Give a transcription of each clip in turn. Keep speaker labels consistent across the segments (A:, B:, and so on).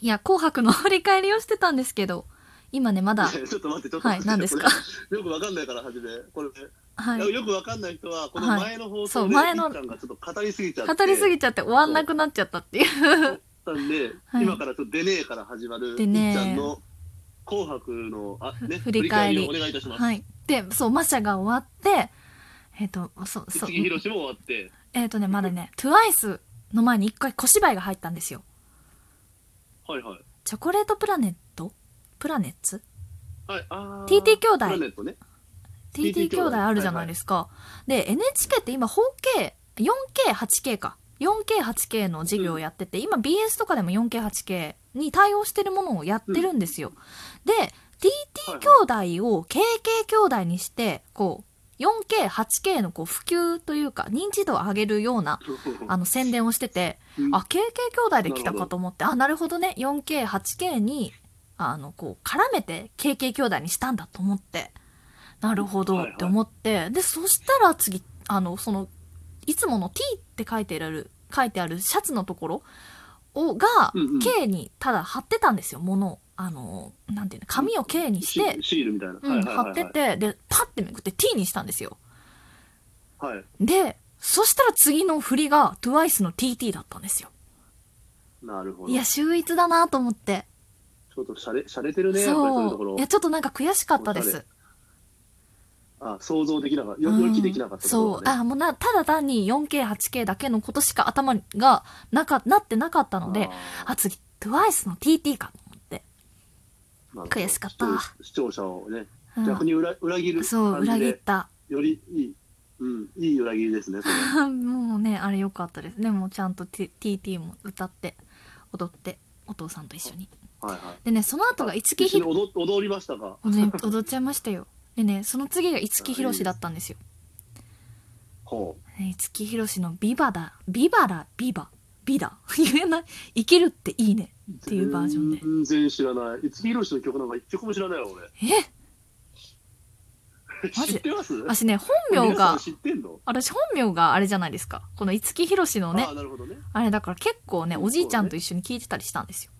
A: いや、紅白の振り返りをしてたんですけど、今ね、まだ、
B: ちょっと待って、ちょっと
A: は
B: 待
A: い
B: っ、て。
A: 何ですか
B: これよくわかんないから、初め。これ、
A: はい。
B: よくわかんない人は、この前の放
A: そう
B: 送で、
A: 前の
B: いっちゃんがちょっと語りすぎちゃって。
A: 語りす
B: ち
A: ぎちゃって終わんなくなっちゃったっていう。
B: ゃったんで、
A: はい
B: 今からちょっと出ねえから始まる、
A: 出ねえ
B: いっちゃんの紅白の、あ、ね、
A: 振り返り
B: をお願いいたします。
A: はい。で、そう、マシャが終わって、えっ、と、そう、
B: 一
A: そう、
B: 木ひろしも終わって、
A: えっ、とね、まだね、TWICE の前に一回小芝居が入ったんですよ。
B: はいはい。
A: チョコレートプラネットプラネッツ
B: はい、あー
A: TT 兄弟
B: プラネットね。
A: ?TT 兄弟あるじゃないですか。で、NHK って今 4K、4K、8K か。4K、8K の授業をやってて、今 BS とかでも 4K、8K に対応してるものをやってるんですよ。で、TT 兄弟を KK 兄弟にして、こう、4K、8K のこう普及というか、認知度を上げるような、あの宣伝をしてて、
B: うん
A: あ、KK 兄弟で来たかと思って、あ、なるほどね、4K、8K に、あの、こう、絡めて KK 兄弟にしたんだと思って、なるほど
B: はいはい
A: って思って、で、そしたら次、あの、その、いつもの T って書いてある、書いてあるシャツのところを、が、
B: うんうん
A: K にただ貼ってたんですよ、ものを。あの、なんていうの、紙を K にして、
B: シシールみたいな。
A: う
B: はい
A: ん、
B: はいはい
A: 貼ってて、で、パッてめくって T にしたんですよ。
B: はい。はい。
A: で、そしたら次の振りが TWICE の TT だったんですよ。
B: なるほど。
A: い
B: ち
A: や、秀逸だなと思って。
B: ょっとしゃれ、しゃれてるね、やっぱりそういうと
A: そ
B: ころ
A: う。い。や、ちょっとなんか悔しかったです。
B: あ、想像できなかった。よ
A: うん
B: 予期できなかったとこ
A: そ
B: ろ
A: う。
B: だね。
A: あ、もうな、ただ単に 4K、8K だけのことしか頭がなか、なってなかったので、あ、
B: あ
A: 次、TWICE の TT かと思って。
B: ー、なるほど
A: 悔しかった
B: 視聴視聴者をね、
A: うん
B: 逆に裏裏切る
A: そう、
B: 感
A: 裏
B: じ
A: 切っ
B: で、
A: た。
B: よりいい、うん、いい裏切りですね、それ
A: もうね、あれ良かったです。でも、ちゃんと T- TT も歌って、踊って、お父さんと一緒に。
B: はいはい。
A: でね、その後が
B: 一
A: 一木ひろ、
B: 踊踊りましたか。
A: ね踊っちゃいましたよ。でね、その次が五木ひろしだったんですよ。
B: ほう。
A: ね五木ひろしのビバだ、ビバラ、ビバ、ビダ。 言えない。生きるっていいね。っていうバージョンで。
B: 全然知らない。五木ひろしの曲なんか一曲も知らないよ、
A: え
B: 俺。
A: マジ
B: 知ってます
A: 私ね、本名
B: 皆さ
A: が
B: ん、知ってんの
A: 私本名があれじゃないですか。この五木ひろしのね
B: あ、ーなるほどね。
A: あれだから結構ね、
B: そう
A: おじいちゃんと一緒に聴いてたりしたんですよ。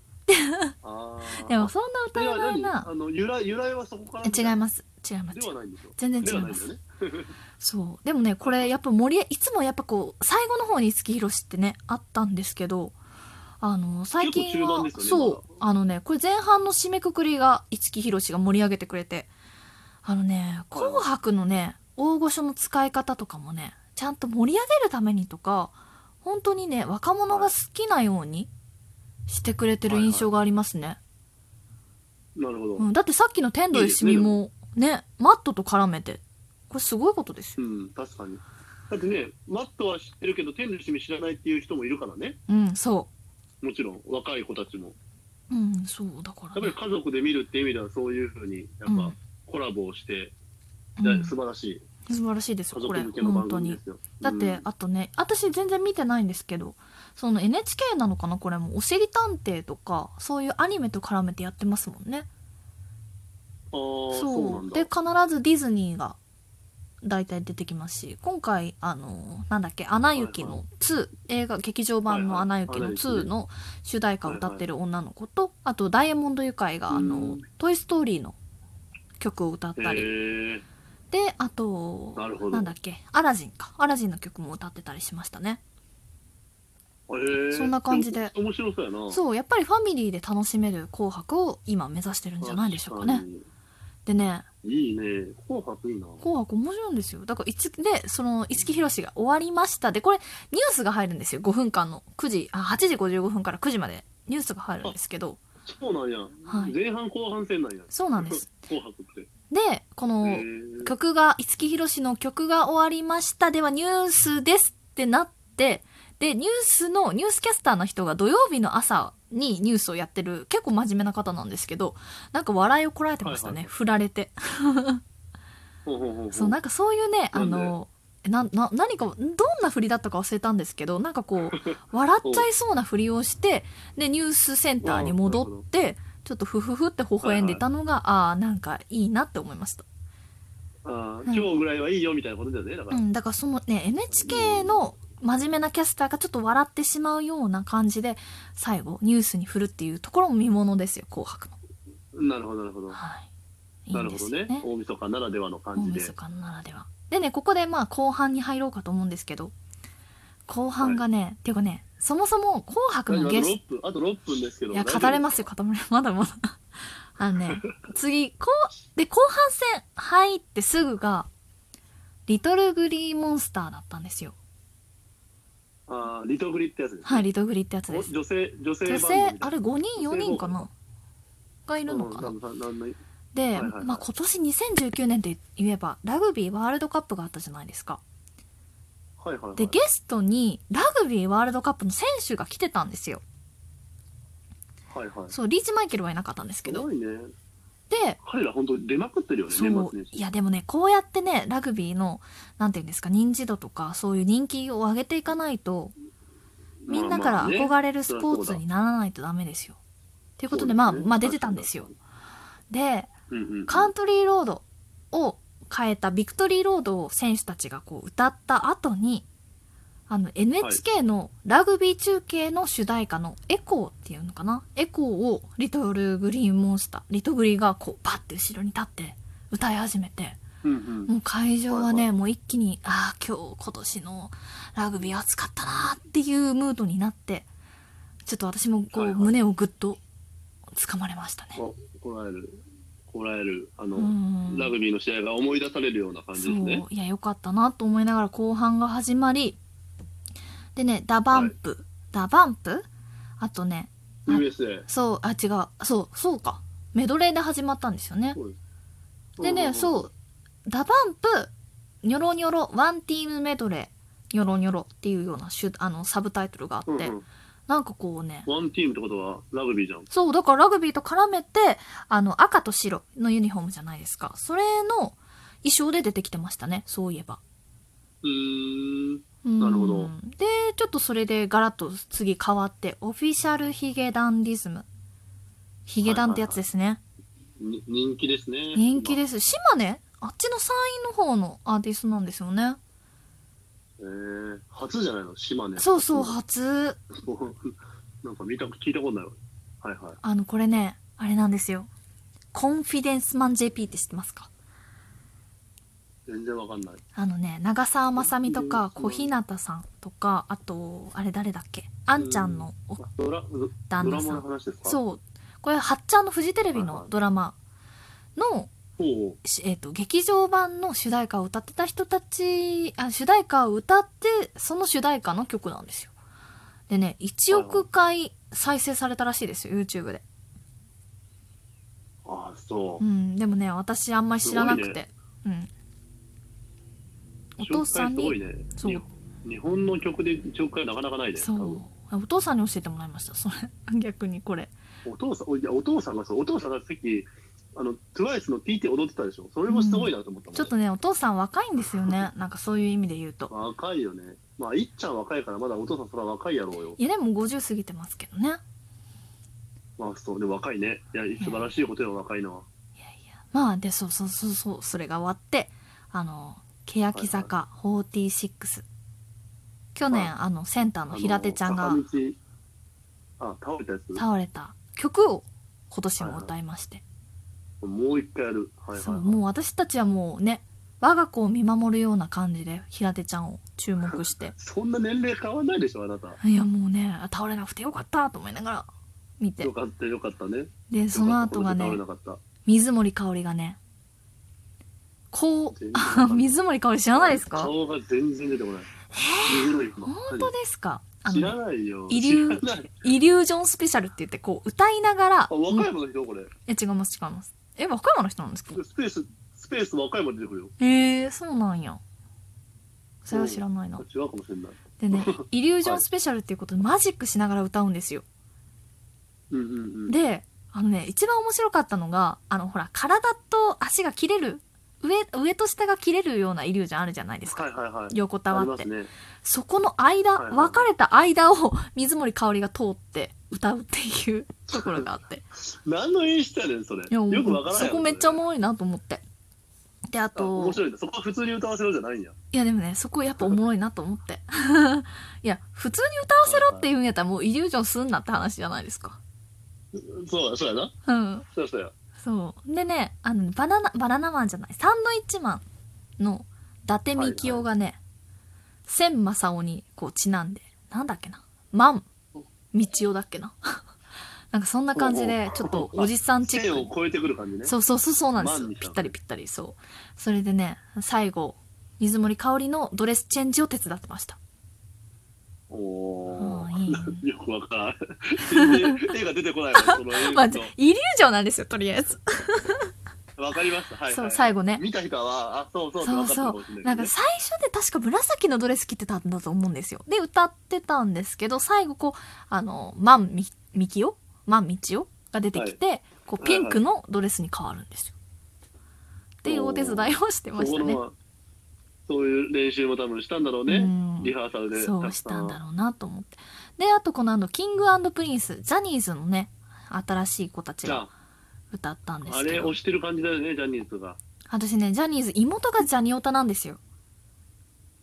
B: あー
A: でもそんな歌
B: いや
A: わない
B: 何
A: な。
B: あの由来由来はそこから
A: え違い
B: ま
A: ます。違います。
B: ではないんでしょ
A: 全然
B: で
A: 違い
B: はない
A: ま
B: んだ
A: す。
B: よね
A: そう。でもね、これやっぱ森江、いつもやっぱこう、最後の方に五木ひろしってね、あったんですけど、あの、最近
B: 結構中
A: は、
B: 盤ですよね
A: そう、
B: ま
A: あのね、これ前半の締めくくりが五木ひろしが盛り上げてくれて、あのね、
B: はいはい
A: 紅白のね、大御所の使い方とかもね、ちゃんと盛り上げるためにとか、本当にね、若者が好きなようにしてくれてる印象がありますね。
B: なるほど、
A: うん、だってさっきの天童よしみもね、マットと絡めて、これすごいことですよ。
B: うん、確かに。だってね、マットは知ってるけど、天の趣味知らないっていう人もいるからね、
A: うん、そ
B: もちろん、若い子たちも。
A: う。うん、そう、だから
B: やっぱ
A: ね
B: り。家族で見るって意味では、そういうふうに、やっ
A: うん
B: ぱコラボをして、
A: う
B: いや
A: ん
B: 素晴らしい、
A: 素晴らしいですよこ
B: 家族
A: れ
B: 向けの
A: 本
B: 番
A: 当
B: 組
A: に
B: ですよ。
A: だって、
B: うん
A: あとね私全然見てないんですけどその NHK なのかなこれも「おしり探偵」とかそういうアニメと絡めてやってますもんね
B: あーそう
A: そ
B: なん
A: う
B: だ
A: で必ずディズニーが大体出てきますし今回あのなんだっけ「アナ雪」の2、映画劇場版の「アナ雪」の2の主題歌を歌ってる女の子とあと「ダイヤモンド愉快」が「あ
B: う
A: の
B: ん
A: トイ・ストーリー」の曲を歌ったり
B: へー
A: であと
B: なるほど
A: んだっけアラジンかアラジンの曲も歌ってたりしましたね
B: へー
A: そんな感じで
B: も面白そうやな。う
A: そうやっぱりファミリーで楽しめる「紅白」を今目指してるんじゃないでしょうかね。でね
B: いいね、紅白いいな。
A: 「紅白」面白いんですよだからいつでその五木ひろしが終わりましたでこれニュースが入るんですよ5分間の9時あ8時55分から9時までニュースが入るんですけど
B: そうなんや、
A: はい
B: 前半後半戦なんや。
A: そうなんです。
B: 紅白って。
A: でこの
B: へー
A: 曲が五木ひろしの曲が終わりましたではニュースですってなってでニュースのニュースキャスターの人が土曜日の朝にニュースをやってる結構真面目な方なんですけどなんか笑いをこらえてましたね、
B: はいはい
A: 振られて
B: ほうほうほうほう
A: そうなんかそういうねあ
B: なんで
A: のなな何かどんな振りだったか忘れたんですけどなんかこ う笑っちゃいそうな振りをしてでニュースセンターに戻ってちょっとフフフって微笑んでたのが、ああーなんかいいなって思いました。
B: あー
A: うん
B: 今日ぐらいはいいよみたいなことだよね、だか
A: う
B: ら。
A: ん、だからそのね NHK の真面目なキャスターがちょっと笑ってしまうような感じで最後ニュースに振るっていうところも見ものですよ紅白の。
B: なるほどなるほど、
A: はい、いい
B: なんる
A: で
B: ほど
A: すよ
B: ね
A: ね。
B: 大晦日ならではの
A: 大
B: 感じで
A: 晦日ならでは。でねここでまあ後半に入ろうかと思うんですけど後半がね、っていうかねそもそも「紅白」の
B: 大丈
A: ゲ
B: 夫
A: スト
B: あと6分あと6分ですけど
A: いや、語れ
B: ま
A: ますよ、語れます。まだ まだ。あのね、次、こう、で、後半戦入ってすぐが、リトルグリーモンスターだったんですよ。
B: あーリトグリってやつです、
A: はい、リトグリってやつです。
B: お女性女性
A: 女
B: バンドみたいな
A: 性、あれ5人、4人かながいるのかな
B: うんなんなんなん
A: で、
B: はいはい
A: まあ今年2019年で言えば、ラグビーワールドカップがあったじゃないですか。
B: はいはいはい
A: で、ゲストに、ラグビーワールドカップの選手が来てたんですよ。
B: はいはい
A: そう、リーチマイケルはいなかったんですけ
B: す
A: ど。
B: ごいね
A: で、
B: 彼ら本当に出まくってるよね
A: そ
B: 年
A: う
B: 末年始
A: いやでもねこうやってねラグビーのなんていうんですか認知度とかそういう人気を上げていかないとみんなから
B: れ
A: 憧れるスポーツにならないとダメですよ。ということでまあまあ出てたんですよ。で
B: うんうんうん
A: カントリーロードを変えたビクトリーロードを選手たちがこう歌った後にあの NHK のラグビー中継の主題歌の「エコー」っていうのかなエコーをリトルグリーンモンスターリトグリがこうパッて後ろに立って歌い始めて
B: うんうん
A: もう会場は
B: はい
A: ね
B: は
A: もう一気にああ今日今年のラグビー熱かったなーっていうムードになってちょっと私もこ
B: はいうはい
A: 胸をぐっと掴まれましたね。
B: ここらえるこらえるあの、
A: うん
B: ラグビーの試合が思い出されるような感じ
A: そ
B: です
A: う
B: ね
A: いや良かったなと思いながら後半が始まりでねダバンプ、ダバンプあとね
B: USA
A: そうあ違うそうそうかメドレーで始まったんですよね
B: そうす
A: で
B: んん
A: ね
B: ん
A: そうダバンプニョロニョロワンティームメドレーニョロニョロっていうようなシュあのサブタイトルがあって、
B: うんうん
A: なんかこうね
B: ワンチームってことはラグビーじゃん
A: そう、だからラグビーと絡めて、あの、赤と白のユニフォームじゃないですか。それの衣装で出てきてましたね、そういえば。
B: うーん
A: うん
B: なるほど
A: でちょっとそれでガラッと次変わってオフィシャルヒゲダンディズムヒゲダンってやつですね、
B: に人気ですね
A: 人気です島根あっちの山陰の方のアーティストなんですよね
B: えー、初じゃないの島根
A: そうそう初
B: なんか見た聞いたことないわはいはい
A: あのこれねあれなんですよコンフィデンスマン JP って知ってますか
B: 全然わかんない
A: あのね長澤まさみとか小日向さんとかあとあれ誰だっけあんちゃんのお
B: ドラド
A: 旦
B: ド
A: 那
B: ラ
A: さ
B: マの
A: ん
B: 話ですかう
A: そうこれはっちゃんのフジテレビのドラマの
B: ほ
A: しえー、と劇場版の主題歌を歌ってた人たちあ主題歌を歌ってその主題歌の曲なんですよでね1億回再生されたらしいですよ YouTube で、
B: うああそうう、
A: ん、でもね私あんまり知らなくて、
B: すごい
A: うんお父さんに
B: 紹介すごいね
A: そう
B: に日本の曲で紹介なかなかないね
A: そ
B: 多
A: う
B: 分
A: お父さんに教えてもらいましたそれ 逆にこれ
B: お父さんおいやお父さんがそうお父さんがさっきあの TWICE の TT 踊ってたでしょそれもすごいなと思ったもん、
A: ちょっとねお父さん若いんですよねなんかそういう意味で言うと
B: 若いよねまあいっちゃん若いからまだお父さんそら若いやろうよ
A: いやでも50過ぎてますけどねいや
B: まあそうでも若いねいや素晴らしいことよ若いのはい
A: やまあでそうそうそうそうそれが終わってあの欅坂46去年、あのセンターの平手ちゃんが
B: あの坂道あ倒れたやつ
A: 倒れた曲を今年も歌いまして、
B: もう一回やるはいはい、
A: そう
B: はい、
A: もう私たちはもうね我が子を見守るような感じで平手ちゃんを注目して
B: そんな年齢変わんないでしょあなた
A: いやもうね倒れなくてよかったと思いながら見て
B: よかったよかったね
A: でその後がね
B: よかったこ
A: 水森かおりがねこう
B: 全然わ
A: あ
B: かんな い
A: 水森かおり知
B: れ
A: ら
B: 倒れなかった
A: ないですか
B: 顔が全然出てこない水の今
A: 本当ですかあ
B: 知
A: の
B: らないよ
A: イリュ
B: 知らない
A: イリュージョンスペシャルって言ってこう歌いながら
B: あ和歌山の人これ
A: え違います違いますえ和歌山の人なんですか
B: スペーススペース和歌山出てくるよ
A: へえそうなんやそれは知らないな
B: 違うかもしれない
A: で ねイリュージョンスペシャルっていうことでマジックしながら歌うんですよ
B: うんうんうん
A: であのね一番面白かったのがあのほら体と足が切れる上上と下が切れるようなイリュージョンあるじゃないですか
B: はいはいはい
A: 横た
B: あ
A: わ
B: り
A: っ
B: ま
A: て
B: すね
A: そこの間、
B: はいはい
A: 分かれた間を水森かおりが通って歌うっていうところがあって。
B: 何の演出やねんそれ
A: いや
B: よくわからない
A: そこめっちゃお
B: う
A: もろいなと思って。で、あと、
B: 面白いんだそこは普通に歌わせるんじゃないんや
A: いやでもね、そこやっぱおもろいなと思って。 いや、普通に歌わせろって言うんやったらもうイリュージョンすんなって話じゃないですか。
B: そうや、そうやな。
A: うん。
B: そうや、そうや。
A: そう。でね、あの、バナナ、バナナマンじゃない、サンドイッチマンの伊達みきおがね、千正雄にこうちなんで、なんだっけな、万、道夫だっけな。 なんかそんな感じで、ちょっとおじさんチック
B: 線
A: に
B: を超えてくる感じね。
A: そうそうそうそうなんですよ
B: 万にした
A: ぴったりぴったりそうそれでね最後水森かおりのドレスチェンジを手伝ってました
B: お
A: う
B: お
A: んいいね。
B: よくわからん。全然絵が出て こないわ、その絵
A: まあイ
B: と
A: リュージョンなんですよとりあえず
B: わかりました。はい、はい。
A: そう最後ね
B: 見た人は、あ、そうそうって
A: そ
B: わ
A: うそう
B: かったかもしれな
A: ないん
B: けど
A: か
B: ね。
A: 最初で確か紫のドレス着てたんだと思うんですよで歌ってたんですけど最後こうあの万みみきお万みちおが出てきて、こうピンクのドレスに変わるんですよ、っていうお手伝いをしてまし
B: そ
A: た
B: この
A: ね
B: まあそういう練習も多分したんだろうね。
A: うん
B: リハーサルで。
A: そう
B: たく
A: し
B: さ
A: たんだろうなと思ってであとこのあのキングプリンスジャニーズのね新しい子たち
B: じゃ
A: が
B: あ、
A: 歌ったんで
B: あ
A: すけ
B: れ
A: ど
B: 押してる感じだよね、ジャニーズが。
A: 私ねジャニーズ妹がジャニオタなんですよ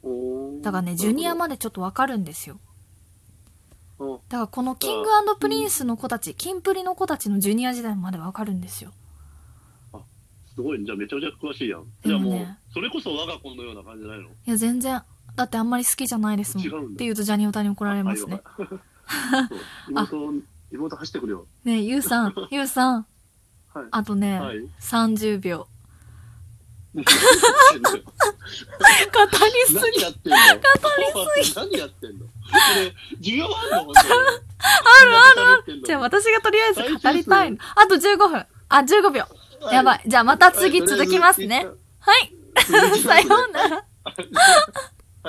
B: おー
A: だからねジュニア。までちょっとわかるんですよ
B: なるほど
A: だからこのキングプリンスの子たちキンプリの子たちのジュニア時代までわかるんですよ
B: うんすごいね、じゃあめちゃめちゃ詳しいやん。
A: で
B: じゃあ
A: もね
B: もう、それこそ我が子のような感じじゃないの
A: いや全然だってあんまり好きじゃないですもん
B: 違うんだ
A: って言うとジャニオタに怒られますね。
B: あはいはいそう妹、妹走ってくるよ。
A: ねえゆうさん ゆうさん
B: はい。
A: あとね、
B: はい。
A: 30秒
B: 何
A: 語り すぎ
B: やってんの語りすぎ。何やってんのこれ、授業あんの本当にあるある
A: じゃあ私がとりあえず語りたい
B: 最終数
A: の。あと15分。あ、15秒。や ばい。じゃあまた次続きますね。はい。さようなら。
B: ら。